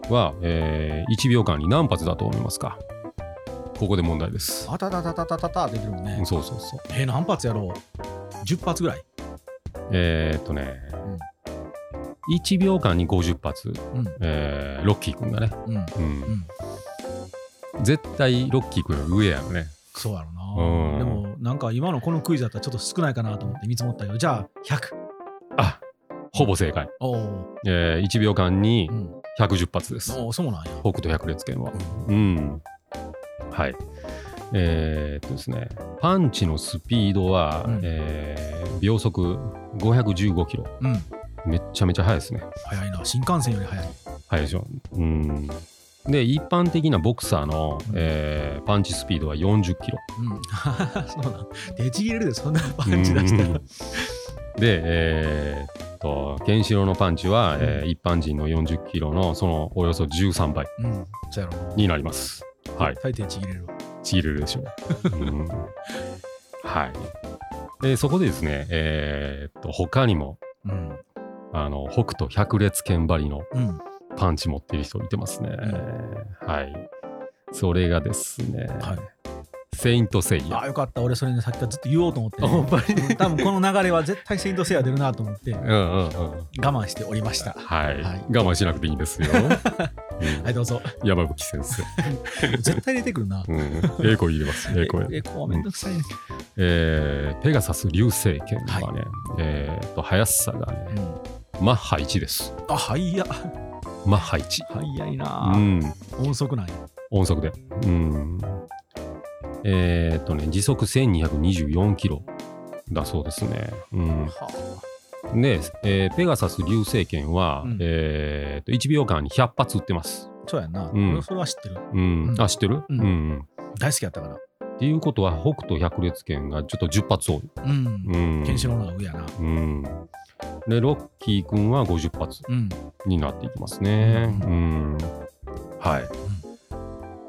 A: は、え1秒間に何発だと思いますかここで問題です。
B: あたたたたたたたできるもんね。
A: そうそうそう。
B: えー、何発やろう ?10 発ぐらい。
A: えーっとね、1秒間に50発、
B: うん
A: えーロッキー君がね、
B: うん。
A: うん
B: ん
A: 絶対ロッキー君より上やよね。
B: そうやろ
A: うん
B: な。でも、なんか今のこのクイズだったらちょっと少ないかなと思って見積もったけど、じゃあ100。
A: あほぼ正解、
B: おお。
A: え1秒間に
B: うん。
A: 110発です。
B: おーそうなんや。
A: 北斗百裂拳は。うん。はい。えーっとですね、パンチのスピードは、
B: うん
A: えー秒速515キロ。
B: うん。
A: めっちゃめちゃ速いですね。
B: 早いな。新幹線より早い。
A: 速いでしょ。うん。で、一般的なボクサーの、えーパンチスピードは40キロ。
B: うん。そうなん。 手ちぎれるで、そんなパンチ出した
A: うん
B: ら。
A: で、えーっと、ケンシロウのパンチは、えー一般人の40キロのそのおよそ13倍
B: うん。そうやろな。
A: になります。はい。
B: 大抵ちぎれるわ。
A: ちぎれるでしょう。うんはい。で、そこでですね、えーっと、他にも、
B: うん。
A: あの、北斗百裂剣張りの
B: うん。
A: パンチ持ってる人いてますね。はい。それがですね、
B: はい。
A: セイントセイ
B: あ
A: ヤ。
B: あよかった俺それねさっきからずっと言おうと思って、
A: あほんま
B: に多分この流れは絶対セイントセイヤ出るなと思って
A: うんうんうん。
B: 我慢しておりました
A: はい。
B: はい
A: 我慢しなくていいんです よ。うん
B: はいど うぞ
A: 山吹先生。
B: 絶対出てくるな
A: うん。英語入れ ます。英語
B: ええこはめんどくさいね
A: えーペガサス流星拳はね、えーっと、速さがね、
B: うん
A: マッハ1です。
B: あはいや
A: マッハ1。
B: 早いな
A: う、ん。
B: 音速なんや
A: 音速で。うん。えーっとね、時速1224キロだそうですね。う
B: はあ
A: ん、で、えーペガサス流星拳は、
B: うん
A: えーっと1秒間に100発撃ってます。
B: そうやんな、
A: うん
B: 俺それは知ってる
A: うん
B: うん
A: あ、知ってる、
B: うん
A: うん
B: 大好きやったから
A: っていうことは、北斗百裂拳がちょっと10発多い。
B: うん、
A: うん、
B: ケンシロウの方が上やな
A: うん。で、ロッキー君は50発
B: うん
A: になっていきますね。う。
B: うん
A: はい。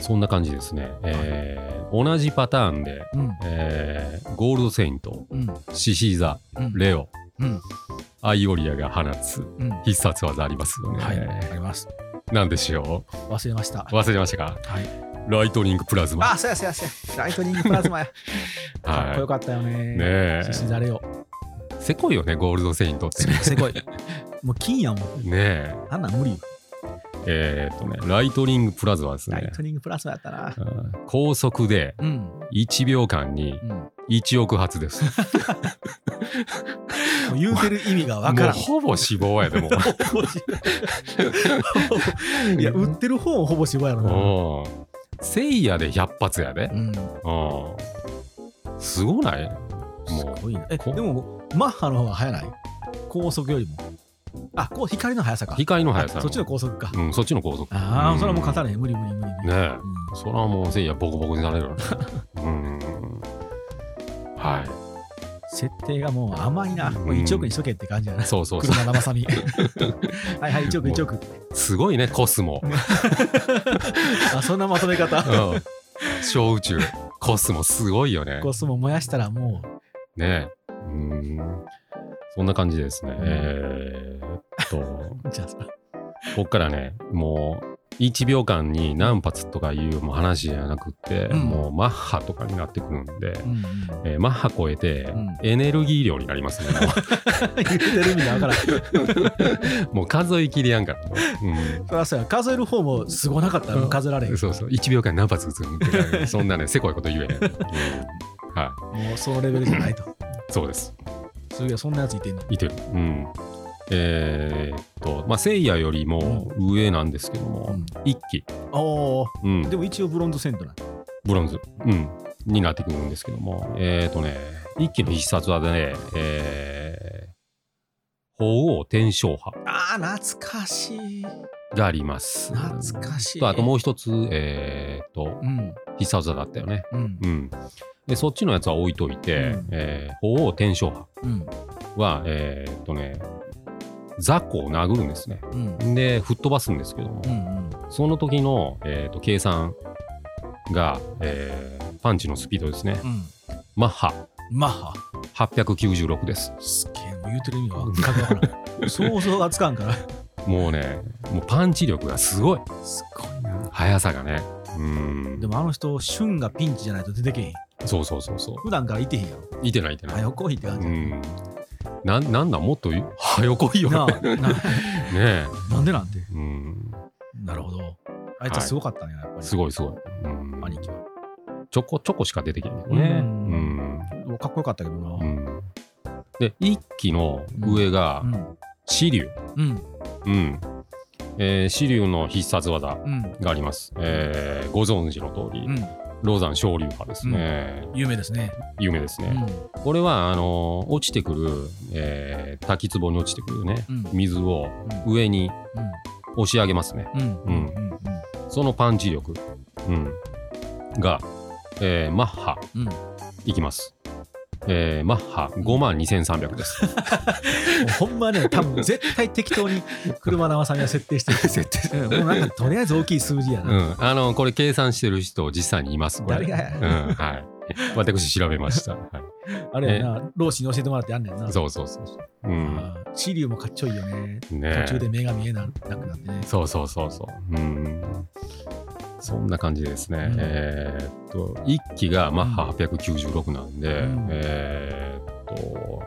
A: そんな感じですね。えー同じパターンで、
B: うん
A: えーゴールドセイント、
B: うん
A: シシーザ、
B: うん
A: レオ、
B: うん
A: アイオリアが放つ
B: うん
A: 必殺技ありますよね。
B: はいわかります
A: なんでしょ
B: 忘れました
A: う忘れましたか
B: はい
A: ライトニングプラズマ。
B: あそうやそうやそうやライトニングプラズマやかっこ よ
A: は
B: かったよ
A: い。
B: ね
A: ねえ
B: 獅。子だれよ
A: せこいよね、ゴールドセイントってね。
B: せこいもう金やもん
A: ね
B: あんなん無理よ
A: え。えーっとね、ライトニングプラズマです
B: ライ
A: ね。
B: トニングプラスマやったな。
A: うん高速で
B: うん。
A: 1秒間に
B: うん、も
A: 1億発です。
B: う言うてる意味がわからん
A: もう。ほぼ死亡やでもう。
B: ほぼしい や、売ってる方もほぼ芝やろな。
A: うん。せいやで100発やで。
B: うん。
A: うん。すごない
B: す
A: も
B: ごいな。え、
A: こ
B: でも、マッハの方が速ない高速よりも。あ、こう光の速さか
A: う、。光の速さ。
B: あそっちの高速か。
A: うん、そっちの高速。
B: ああ、それはもう勝た
A: ね
B: れへん。無理無理無理無理。
A: え。
B: うん
A: それはもうせいやボコボコにされる よね。うん。は。。
B: 設定がもう甘いな。もう1億にしとけって感じやない
A: そうそうそう。
B: 車生 さみ。はいはい、1億1億。
A: すごいね、コスモ。
B: あ、そんなまとめ方。
A: うん。小宇宙。コスモすごいよね。
B: コスモ燃やしたらもう。
A: ねえ。うん。そんな感じですね。えーっと、
B: じゃあさ
A: こっからね、もう、1秒間に何発とかいうもう話じゃなくって、
B: うん
A: もうマッハとかになってくるんで、
B: うんうん
A: えーマッハ超えて
B: うん、
A: エネルギー量になりますね。
B: 言ってる意味がわからん。
A: もうもう数えきりやんから。うん
B: そらそうや数える方もすごなかったらもう数えられへん、
A: そうそう、1秒間何発打つんって、そんなね、せこいこと言えへん。うんは
B: もうそのレベルじゃないと
A: い、そうです。
B: すげえそんなやついてんの
A: いてる。うん。えーっと、まあ、せいやよりも上なんですけども、一期、
B: おお
A: うん、
B: でも一応ブロンズセントなんだ
A: ブロンズ、うん、になってくるんですけども、えっ、ー、とね、一期の必殺技で、ね、えー、鳳凰天正派
B: あー懐かしい
A: があります。
B: 懐かしい
A: とあともう一つ、えっ、ー、と、
B: うん
A: 必殺技だったよね。
B: うん
A: うん。で、そっちのやつは置いといて、
B: うん
A: えー、鳳凰天正派
B: うん
A: は、えっ、ー、とね、雑魚を殴るんですね。
B: うん
A: で、吹っ飛ばすんですけども、
B: うん
A: その時の、えー、と計算が、えー、パンチのスピードですね。
B: うん
A: マッハ
B: マッハ
A: 896です。
B: すっげえもう言うてる意味が全くわからん想像がつかんから。
A: もうね、もうパンチ力がすごい。
B: すごいな。
A: 速さがね。うん。
B: でもあの人、旬がピンチじゃないと出てけへん。
A: そうそうそうそう。
B: 普段からいてへんやろ。
A: いてないいてない。
B: 早こいって感
A: う
B: じ。
A: ん。なん、なんだ、もっとい、はよこいよ。
B: なあ
A: ね
B: な
A: え。
B: なんでなんて。
A: うん。
B: なるほど。あいつはすごかったね、やっぱり。
A: すごいすごい。うん。
B: 兄貴は。
A: ちょこちょこしか出てきないけどね。
B: う
A: うんん。
B: もうかっこよかったけどな。
A: う。
B: うん
A: で、一期の上が、
B: ん。
A: 紫龍。
B: うん。
A: うん。えー、紫龍の必殺技
B: うん。
A: があります。えー、ご存知の通り、
B: うん。
A: ロザン昇竜派ですね。
B: 有名ですね。
A: 有名です
B: う
A: ね。
B: ん。
A: これはあの落ちてくる、えー滝壺に落ちてくるね
B: うん。
A: 水を上に押し上げますね
B: うん。うん。うん。うん。
A: そのパンチ力、うん、が、えーマッハ
B: うん。
A: いきます、えーマッハ5万2300です
B: もうほんまね、多分絶対適当に車縄さんが設定し てる。
A: 絶
B: うんもうなんかとりあえず大きい数字や
A: う
B: な。
A: ん、あのこれ計算してる人実際にいますこれ
B: 誰がや
A: うんはい、 私調べました、はい
B: あれやな、老子に教えてもらってやんねんな。
A: そうそうそうそう、うん
B: あーシリウもかっちょいいよね。
A: ね
B: 途中で目が見えなくなってね。
A: そうそうそうそう。うん。そんな感じですね。
B: うん
A: えーっと、1機がマッハ896なんで、
B: うん
A: えーっと、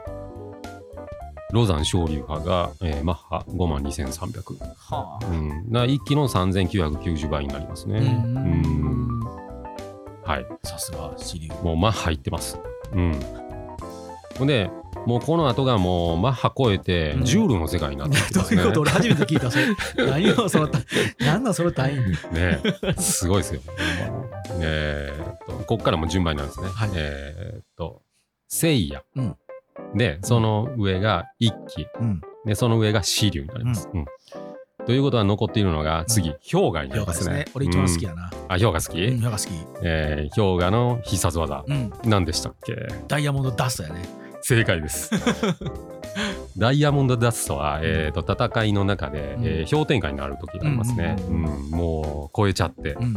A: ロザン昇竜派が、えーマッハ5万2300。
B: は
A: うん。な1機の3990倍になりますね。
B: う
A: うんん。はい。
B: さすが シリウ。
A: もうマッハいってます。うん。ほんで、もうこの後がもうマッハ超えて、
B: うん
A: ジュールの世界になって
B: ど
A: ま
B: う
A: す
B: い
A: ね。
B: うこと俺初めて聞いたそれ。 何をその単何なんその単位
A: ねえ、すごいですよ。えーっと、ここからも順番になるんですね。
B: はい
A: えーっと、せいや
B: うん。
A: で、その上が一騎。
B: うん。
A: で、その上が四流になります。うんということは残っているのが次、氷河になり
B: 評価
A: ま
B: ですすね
A: ね。。
B: 俺一番好き
A: うん
B: やな。
A: あ、氷河好き、
B: うん、評価好き。
A: えー氷河の必殺技。
B: うん。
A: 何でしたっけ
B: ダイヤモンドダストやね。
A: 正解 です。ダイヤモンドダストは、えーっと戦いの中で、
B: うん
A: えー氷点下になる時がありますね。
B: う
A: うんんもう超えちゃって、
B: うん
A: うん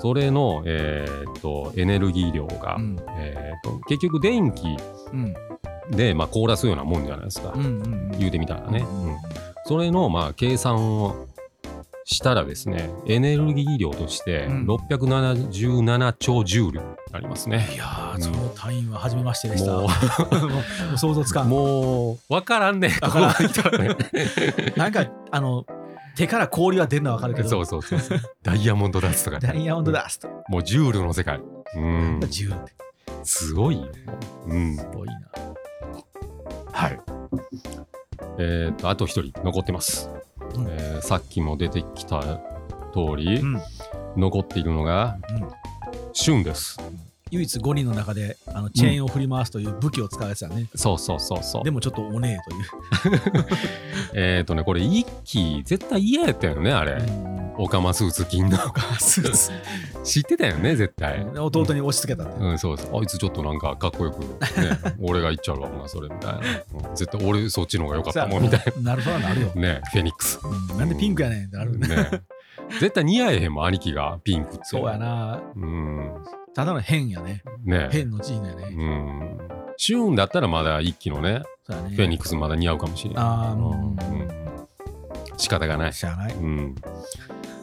A: それの、えーっとエネルギー量が、
B: うん。
A: えーっと結局電気
B: うん。
A: で、まあ、凍らすようなもんじゃないですか、
B: うん。うん。
A: 言うてみたらね、
B: うん
A: うんそれの、まあ、計算をしたらですねエネルギー量として
B: うん
A: 677兆ジュールになりますね
B: い、や
A: う
B: ー、
A: ん
B: その単位は初めましてでした。
A: も
B: もうもう想像つか。
A: うんもう分からんね
B: わ からん
A: こうなったらね
B: なんか、あの、手から氷は出るのはわかるけど、
A: そうそうそうそうダイヤモンドダストが
B: ダイヤモンドダスト、
A: もうジュールの世界うん
B: 10って。
A: すごいよ、うん、
B: すごいな。
A: はい。えーと、あと一人残ってます、
B: うん
A: えーさっきも出てきた通り、
B: うん。
A: 残っているのが、
B: うん
A: シュンです。
B: 唯一5人の中であのチェーンを振り回すという武器を使うやつだね、
A: そうそうそうそう。
B: でもちょっとおねえという
A: えーとね、これ、一期、絶対嫌やったよね、あれ。オカマスーツ金の。
B: スーツ
A: 知ってたよね、絶対。
B: 弟に押し付けたって、
A: うん、そうそう。あいつちょっとなんかかっこよ く、ね、俺が言っちゃうわ、ほな、それみたいな。うん絶対俺そっちの方が良かったもん、みたい
B: なるほど なるよ、
A: な。ね、フェニックス。
B: うんなんでピンクやねんってなる、
A: ね。絶対似合えへんもん、兄貴がピンクって。
B: そうや。な
A: うん。
B: ただの変やね
A: ね
B: 変の字だよね、
A: うん。シューンだったらまだ一期のね、
B: そうやね
A: フェニックスまだ似合うかもしれない。
B: ああもう、
A: うん仕方がない。
B: しゃあない、
A: うん。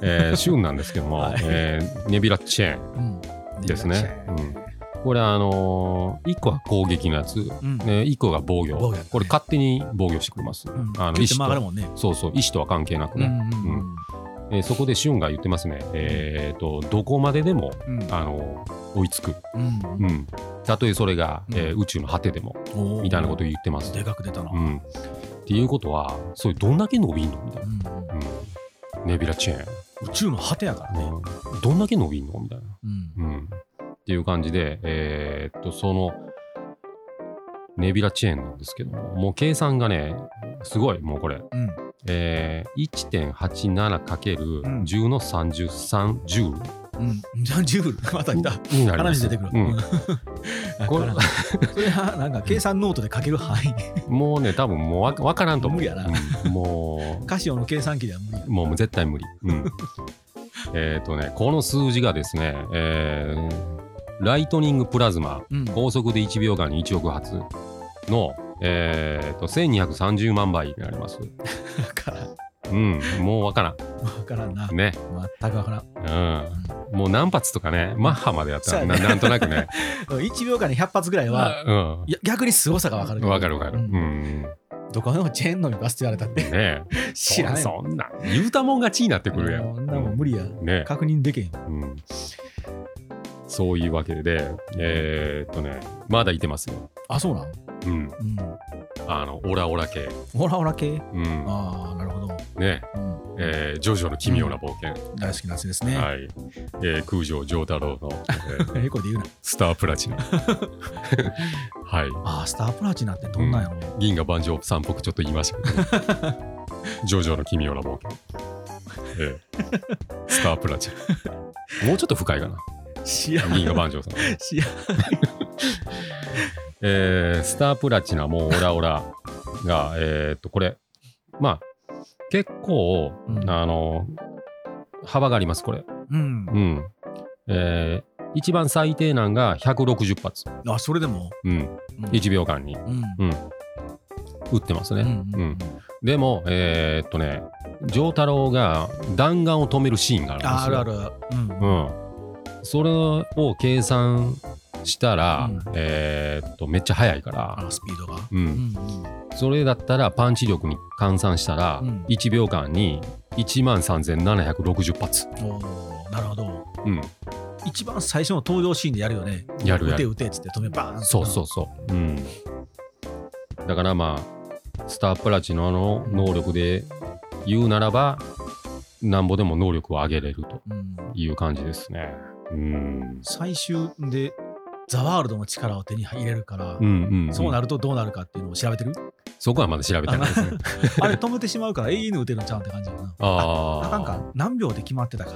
A: えー、シューンなんですけども、
B: はい
A: えーネビュラチェーン
B: うん、
A: ですね。うん、これあのー、1個は攻撃のやつ、ね、
B: うん、
A: 1個が防御。
B: 防御やね
A: これ勝手に防御してくれます。
B: うん、
A: あの
B: 切って曲がるもんね
A: そうそう、意思とは関係なく
B: うん
A: ね。えーそこでシューンが言ってますね。えっ、と、どこまででも、
B: うんうん
A: あのー追いつく。
B: うんう
A: うんん。たとえそれが、えー
B: う
A: 宇宙の果てでも、
B: おー
A: みたいなこと言ってます。
B: でかく出たな、
A: うん、っていうことはそれどんだけ伸びんのみたいな、
B: うん
A: うん、ネビュラチェーン、
B: 宇宙の果てやからね、
A: うんどんだけ伸びんのみたいな、
B: うん
A: うん、っていう感じで、えーっとそのネビュラチェーンなんですけどももう計算がねすごいもうこれ、
B: うん
A: えー、1.87×10 の33ジュー
B: うん、じゃあ10分また来た
A: ルになりま
B: 話
A: す
B: 出てくる。
A: う
B: うん
A: ん、これ
B: わからんそれはなんか計算ノートで書ける範囲。
A: もうね多分もうわわからんと思う
B: 無理やな
A: うんもう
B: カシオの計算機では無理だ。
A: もう絶対無理。 うん、えっとね、この数字がですね、えーライトニングプラズマ、
B: うん
A: 高速で1秒間に1億発の、えー、と1230万倍になります。
B: わからん。
A: うん、もうわか
B: わからんな
A: らん。。ね。
B: 全くわからん。
A: うん。もう何発とかね、マッハまでやったらな、
B: そうやね
A: なんとなく ね。
B: 1秒間に100発ぐらいは、
A: うん
B: い。や逆に凄さがわかる。
A: わかるわかる。う
B: うん
A: ん。
B: どこのチェーン飲みバスって言われたって。
A: ね
B: 知らない。
A: そんな、言うたもん勝ちになってくるや
B: もうそ
A: ん。
B: んなもん無理や
A: ね
B: 確認できへん。
A: うん。そういうわけで、えー、っとね、まだいてますよ。
B: あ、そうなん
A: うん。あの、オラオラ系。
B: うん。オラオラ系
A: うん。
B: ああ、なるほど。
A: ね
B: うん
A: えージョジョの奇妙な冒険。
B: 大好きなやつですね。
A: はい。えー空城城太郎の、えー
B: エコで言うな。
A: スタープラ チナ。はい。
B: ああ、スタープラチナってどんなんやろ
A: 銀河万丈さんっぽくちょっと言いましたけど、 ジョジョの奇妙な冒険、ええ、スタープラチナ。もうちょっと深いかな、
B: 知らん。
A: 銀河万丈さん。
B: 知らん。
A: えースタープラチナもオラオラが、えーっと、これ、まあ、結構、
B: うん
A: あの、幅があります、これ。
B: うん
A: う。ん。えー一番最低なんが160発、
B: あ、それでも。
A: うん、
B: うん
A: 1秒間に
B: うん。
A: 撃ってますね。
B: うん
A: うんでも、えーっとね、丈太郎が弾丸を止めるシーンがあるんですよ。
B: ああるある。うん。
A: うん。それを計算したら、
B: うん
A: えーっと、めっちゃ速いか
B: あ
A: ら、
B: のスピードが。
A: う。
B: うんん
A: それだったら、パンチ力に換算したら、
B: うん
A: 1秒間に1万3760発。
B: うん。おお、なるほど。
A: うん。
B: 一番最初の登場シーンでやるよね。
A: やるや
B: 撃て
A: る。
B: 撃てっつって止めバーン
A: そうそうそう。うん。だからまあ、スタープラチナの能力で言うならば、なんぼでも能力を上げれると。
B: う、うん、
A: いう感じですね。うん。
B: 最終でザワールドの力を手に入れるから、
A: うんうん、
B: そう
A: だ。
B: なるとどうなるかっていうのを調べてる、
A: そこはまだ調べてないですね。
B: あれ止めてしまうから永遠に打てるんちゃうんって感じだな
A: ああ。
B: あかんか何秒で決まってたか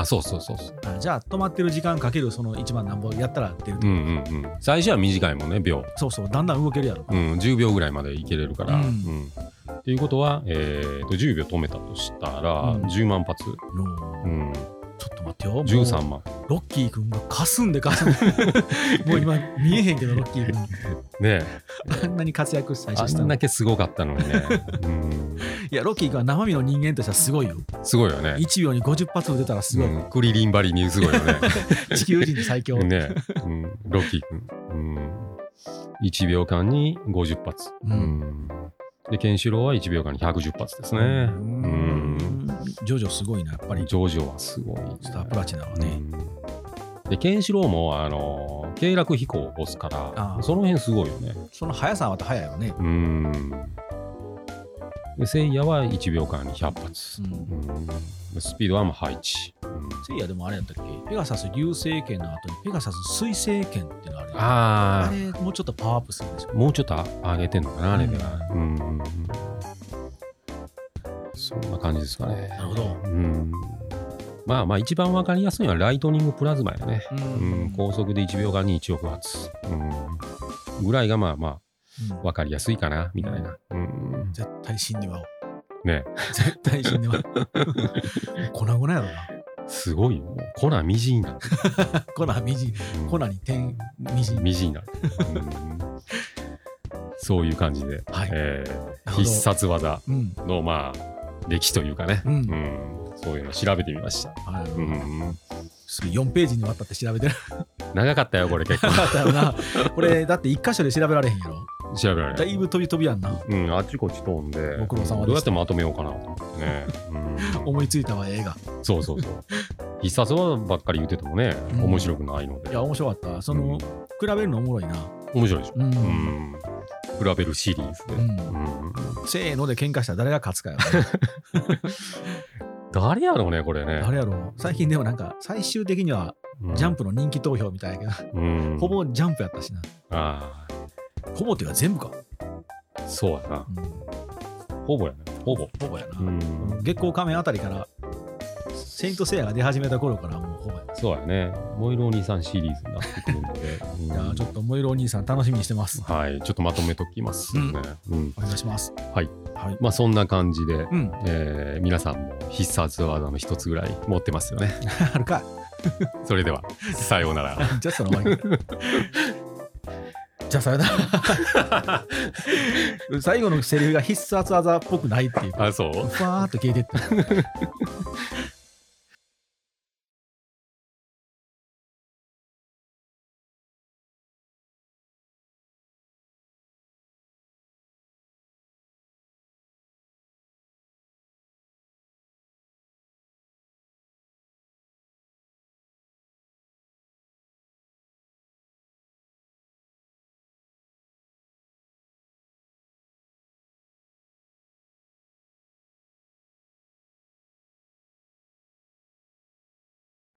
A: あ、そうそうそうそう。
B: あじゃあ止まってる時間かけるその1番何本やったら出ると、
A: うんうんうん。最初は短いもんね、秒。
B: そうそうだんだん動けるやろ、
A: うん、10秒ぐらいまでいけれるから。う。
B: うんん
A: っていうことは、えー、と10秒止めたとしたら、
B: うん
A: 10万発、
B: よ
A: う、
B: うんちょっと待ってよもう
A: 13万
B: ロッキー君がかすんでかす んでもう今見えへんけどロッキー君
A: ね
B: あんなに活躍最
A: あ
B: 初した
A: ん
B: の
A: だ
B: い
A: けすごかったのに ね、う
B: やロッキー君は生身の人間としてはすごいよ
A: ん、すごいよね
B: 1秒に50発打てたらすごい、
A: うん、クリリンバリにすごい よね
B: 地球人最 強、
A: ね、うん、ロッキー君、うん、1秒間に50発、
B: うん
A: うんでケンシロウは1秒間に110発ですね、うん
B: ジョジョすごいな、やっぱり。
A: ジョジョはすごいね、
B: スタープラチナは
A: う
B: ね。
A: んでケンシロウもあのー、経絡飛行を起こすから
B: あー
A: その辺すごいよね
B: その速さはまた速いよね。
A: うんでせいやは1秒間に100発、
B: うん
A: うんでスピードはもう配置、うん
B: せいやでもあれやったっけペガサス流星剣の後にペガサス水星剣っていうのあるよねあ
A: あ
B: れ、もうちょっとパワーアップするでしょ
A: あ。もうちょっと上げてんのかなあれでは、うんうんうんそんな感じですかね
B: なるほど。
A: うんまあまあ一番わかりやすいのはライトニングプラズマやね
B: う
A: うん、高速で1秒間に1億発、うん、ぐらいがまあまあ分かりやすいかなみたいな、うん、
B: 絶対死んでまう。
A: ね
B: 絶対死んでまう。 粉々やろな。
A: すごいよコナンみじんになる、
B: 粉みじん、
A: うん
B: 粉に点みじん。
A: みじんになる、うん、そういう感じで、
B: はい。
A: えー
B: なるほど
A: 必殺技
B: うん。
A: のまあ歴史というかね、
B: うん
A: うんそういうの調べてみました、
B: あれ
A: うん、
B: すぐ4ページにわたって調べてる。
A: 長かったよこれ結構
B: なかったよな。これ、だって1箇所で調べられへんやろ。
A: 調べられな
B: だ
A: い
B: いぶ飛び飛びやんな。
A: うん、あっちこっち飛んで
B: ご苦労様でした
A: どうやってまとめようかなと思ってね、 うん
B: 思いついたわ、映画。
A: そうそうそう。必殺技ばっかり言っててもね、
B: うん
A: 面白くないので。
B: いや、面白かった。そ
A: うん
B: の、比べるのおもろいな。
A: 面白いでしょ。
B: う。
A: うんん。比べるシリーズで。
B: うん
A: うん
B: せーので喧嘩したら誰が勝つかよ。
A: 誰やろうね、これね。
B: 誰やろう。最近でもなんか、最終的にはジャン
A: プ、
B: プの人気投票みたいやけど、
A: うん
B: ほ。ぼジャンプやったしな。
A: あ
B: ほぼっていうか全部か。
A: あ、そうやな
B: う。ん
A: ほぼやな。ほぼ。
B: ほぼやな。
A: うん。
B: 月光仮面あたりから、セイントセイヤが出始めた頃からもうほぼやな。
A: そうやね。燃えるお兄さんシリーズになってくるの で。
B: いや
A: う
B: ー
A: ん
B: ちょっと燃えるお兄さん楽しみにしてます。
A: はい。ちょっとまとめときますね。うん。
B: お願いします。
A: はい。
B: はい。
A: まあ、そんな感じで。
B: うん、
A: えー皆さんも必殺技の一つぐらい持ってますよね。
B: あるか。
A: それでは、さようなら。
B: じゃあその終わり。 じゃあそれだ 最後のセリフが必殺技っぽくないっていうか
A: あ、そう
B: ふわーっと消えてって